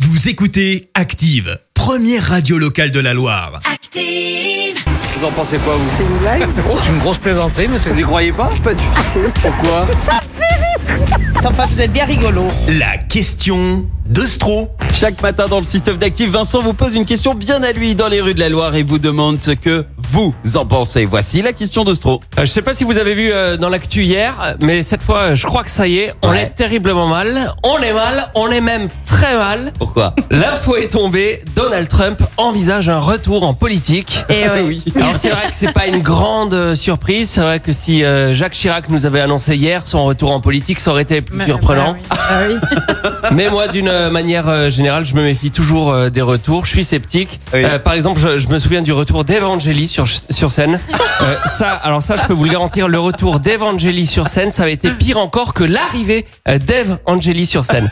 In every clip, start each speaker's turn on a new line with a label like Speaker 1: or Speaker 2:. Speaker 1: Vous écoutez Active, première radio locale de la Loire.
Speaker 2: Active.
Speaker 3: Vous en pensez quoi, vous
Speaker 4: C'est une grosse plaisanterie, monsieur.
Speaker 3: Vous y croyez pas Pas du tout. Pourquoi
Speaker 4: Enfin, vous êtes bien rigolo.
Speaker 1: La question de Stro.
Speaker 5: Chaque matin dans le système d'actifs, Vincent vous pose une question bien à lui dans les rues de la Loire et vous demande ce que vous en pensez. Voici la question de Stro.
Speaker 6: Euh, Je sais pas si vous avez vu euh, dans l'actu hier, mais cette fois, euh, je crois que ça y est, on
Speaker 5: Ouais.
Speaker 6: est terriblement mal. On est mal, on est même très mal.
Speaker 5: Pourquoi
Speaker 6: L'info est tombée, Donald Trump envisage un retour en politique.
Speaker 5: Eh oui.
Speaker 6: Alors c'est vrai que c'est pas une grande euh, surprise, c'est vrai que si euh, Jacques Chirac nous avait annoncé hier son retour en politique, ça aurait été plus surprenant. Mais moi, d'une euh, manière euh, générale, je me méfie toujours euh, des retours. Je suis sceptique.
Speaker 5: Oui.
Speaker 6: Euh, par exemple, je, je me souviens du retour d'Evangélie sur sur scène. Euh, ça, alors ça, je peux vous le garantir, le retour d'Evangélie sur scène, ça avait été pire encore que l'arrivée euh, d'Eve Angélie sur scène.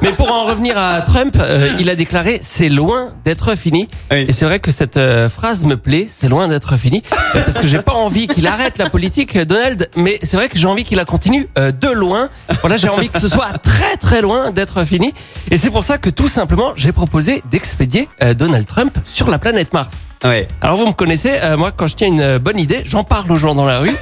Speaker 6: Mais pour en revenir à Trump, euh, il a déclaré c'est loin d'être fini.
Speaker 5: Oui.
Speaker 6: Et c'est vrai que cette euh, phrase me plaît, c'est loin d'être fini, euh, parce que j'ai pas envie qu'il arrête la politique, euh, Donald. Mais c'est vrai que j'ai envie qu'il la continue euh, de loin. Voilà, j'ai envie que ce soit très très loin d'être fini. Et c'est pour ça que tout simplement, j'ai proposé d'expédier euh, Donald Trump sur la planète Mars.
Speaker 5: Ouais.
Speaker 6: Alors vous me connaissez, euh, moi quand je tiens une euh, bonne idée, j'en parle aux gens dans la rue.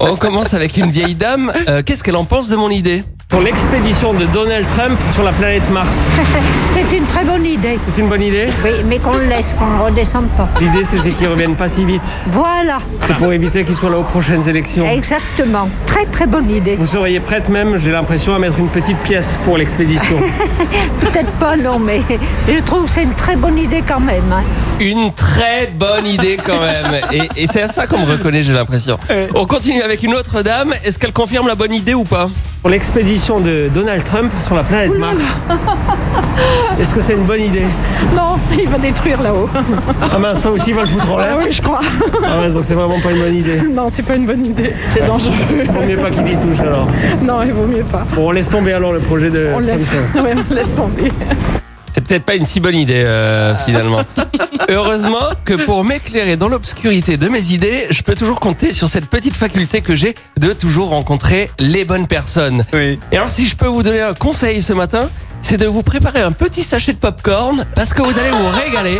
Speaker 6: On commence avec une vieille dame. Euh, Qu'est-ce qu'elle en pense de mon idée Pour l'expédition de Donald Trump sur la planète Mars,
Speaker 7: C'est une très bonne idée,
Speaker 6: c'est une bonne idée.
Speaker 7: oui, mais qu'on le laisse, qu'on ne redescende pas.
Speaker 6: L'idée c'était qu'ils reviennent pas si vite.
Speaker 7: Voilà,
Speaker 6: C'est pour éviter qu'ils soient là aux prochaines élections.
Speaker 7: exactement. Très très bonne idée.
Speaker 6: Vous seriez prête même, j'ai l'impression, à mettre une petite pièce pour l'expédition.
Speaker 7: Peut-être pas, non, mais je trouve que c'est une très bonne idée quand même. hein.
Speaker 6: Une très bonne idée quand même. Et, et c'est à ça qu'on me reconnaît, j'ai l'impression. On continue avec une autre dame. Est-ce qu'elle confirme la bonne idée ou pas Pour l'expédition de Donald Trump sur la planète Mars. Est-ce que c'est une bonne idée
Speaker 7: Non, il va détruire là-haut.
Speaker 6: Ah mince, ça aussi va le foutre en l'air.
Speaker 7: Oui, je crois.
Speaker 6: Ah mince, donc c'est vraiment pas une bonne idée.
Speaker 7: Non, c'est pas une bonne idée. C'est dangereux.
Speaker 6: Vaut mieux pas qu'il y touche alors.
Speaker 7: Non, il vaut mieux pas.
Speaker 6: Bon, on laisse tomber alors le projet de
Speaker 7: On laisse, ouais, on laisse tomber.
Speaker 6: C'est peut-être pas une si bonne idée euh, finalement. Heureusement que pour m'éclairer dans l'obscurité de mes idées, je peux toujours compter sur cette petite faculté que j'ai de toujours rencontrer les bonnes personnes.
Speaker 5: Oui.
Speaker 6: Et alors si je peux vous donner un conseil ce matin, c'est de vous préparer un petit sachet de popcorn parce que vous allez vous régaler.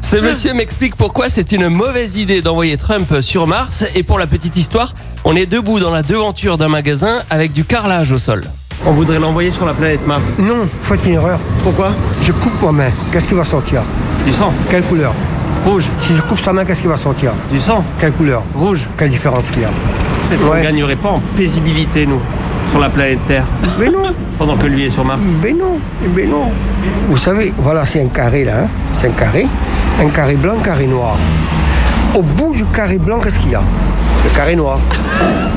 Speaker 6: Ce monsieur m'explique pourquoi c'est une mauvaise idée d'envoyer Trump sur Mars et pour la petite histoire, on est debout dans la devanture d'un magasin avec du carrelage au sol. On voudrait l'envoyer sur la planète Mars.
Speaker 8: Non, faites une erreur.
Speaker 6: Pourquoi
Speaker 8: Je coupe ma main. Qu'est-ce qui va sortir
Speaker 6: Du sang
Speaker 8: Quelle couleur
Speaker 6: rouge.
Speaker 8: Si je coupe sa main, qu'est-ce qui va sortir
Speaker 6: Du sang
Speaker 8: Quelle couleur
Speaker 6: rouge.
Speaker 8: Quelle différence qu'il y a
Speaker 6: Est-ce qu'on
Speaker 8: Ouais.
Speaker 6: gagnerait pas en paisibilité, nous, sur la planète Terre,
Speaker 8: Mais non,
Speaker 6: pendant que lui est sur Mars
Speaker 8: mais non, mais non. Vous savez, voilà, c'est un carré là. hein. C'est un carré. Un carré blanc, carré noir. Au bout du carré blanc, qu'est-ce qu'il y a Le carré noir.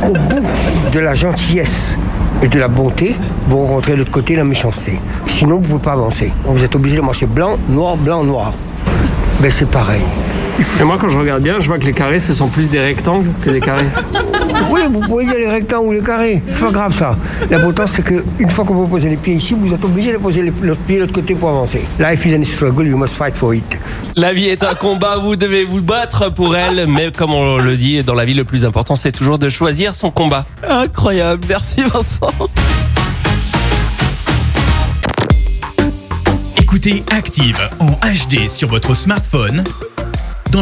Speaker 8: Au bout de la gentillesse et de la bonté, vous rencontrez de l'autre côté la méchanceté. Sinon, vous ne pouvez pas avancer. Vous êtes obligé de marcher blanc, noir, blanc, noir. Ben, c'est pareil.
Speaker 6: Mais moi, quand je regarde bien, je vois que les carrés, ce sont plus des rectangles que des carrés.
Speaker 8: Oui, vous pouvez dire les rectangles ou les carrés. C'est pas grave ça. L'important c'est que une fois que vous posez les pieds ici, vous êtes obligé de poser les- l'autre pied de l'autre côté pour avancer. Life is a struggle, you must fight for it.
Speaker 6: La vie est un combat, vous devez vous battre pour elle, mais comme on le dit, dans la vie, le plus important, c'est toujours de choisir son combat.
Speaker 5: Incroyable. Merci Vincent.
Speaker 1: Écoutez Active en HD sur votre smartphone, dans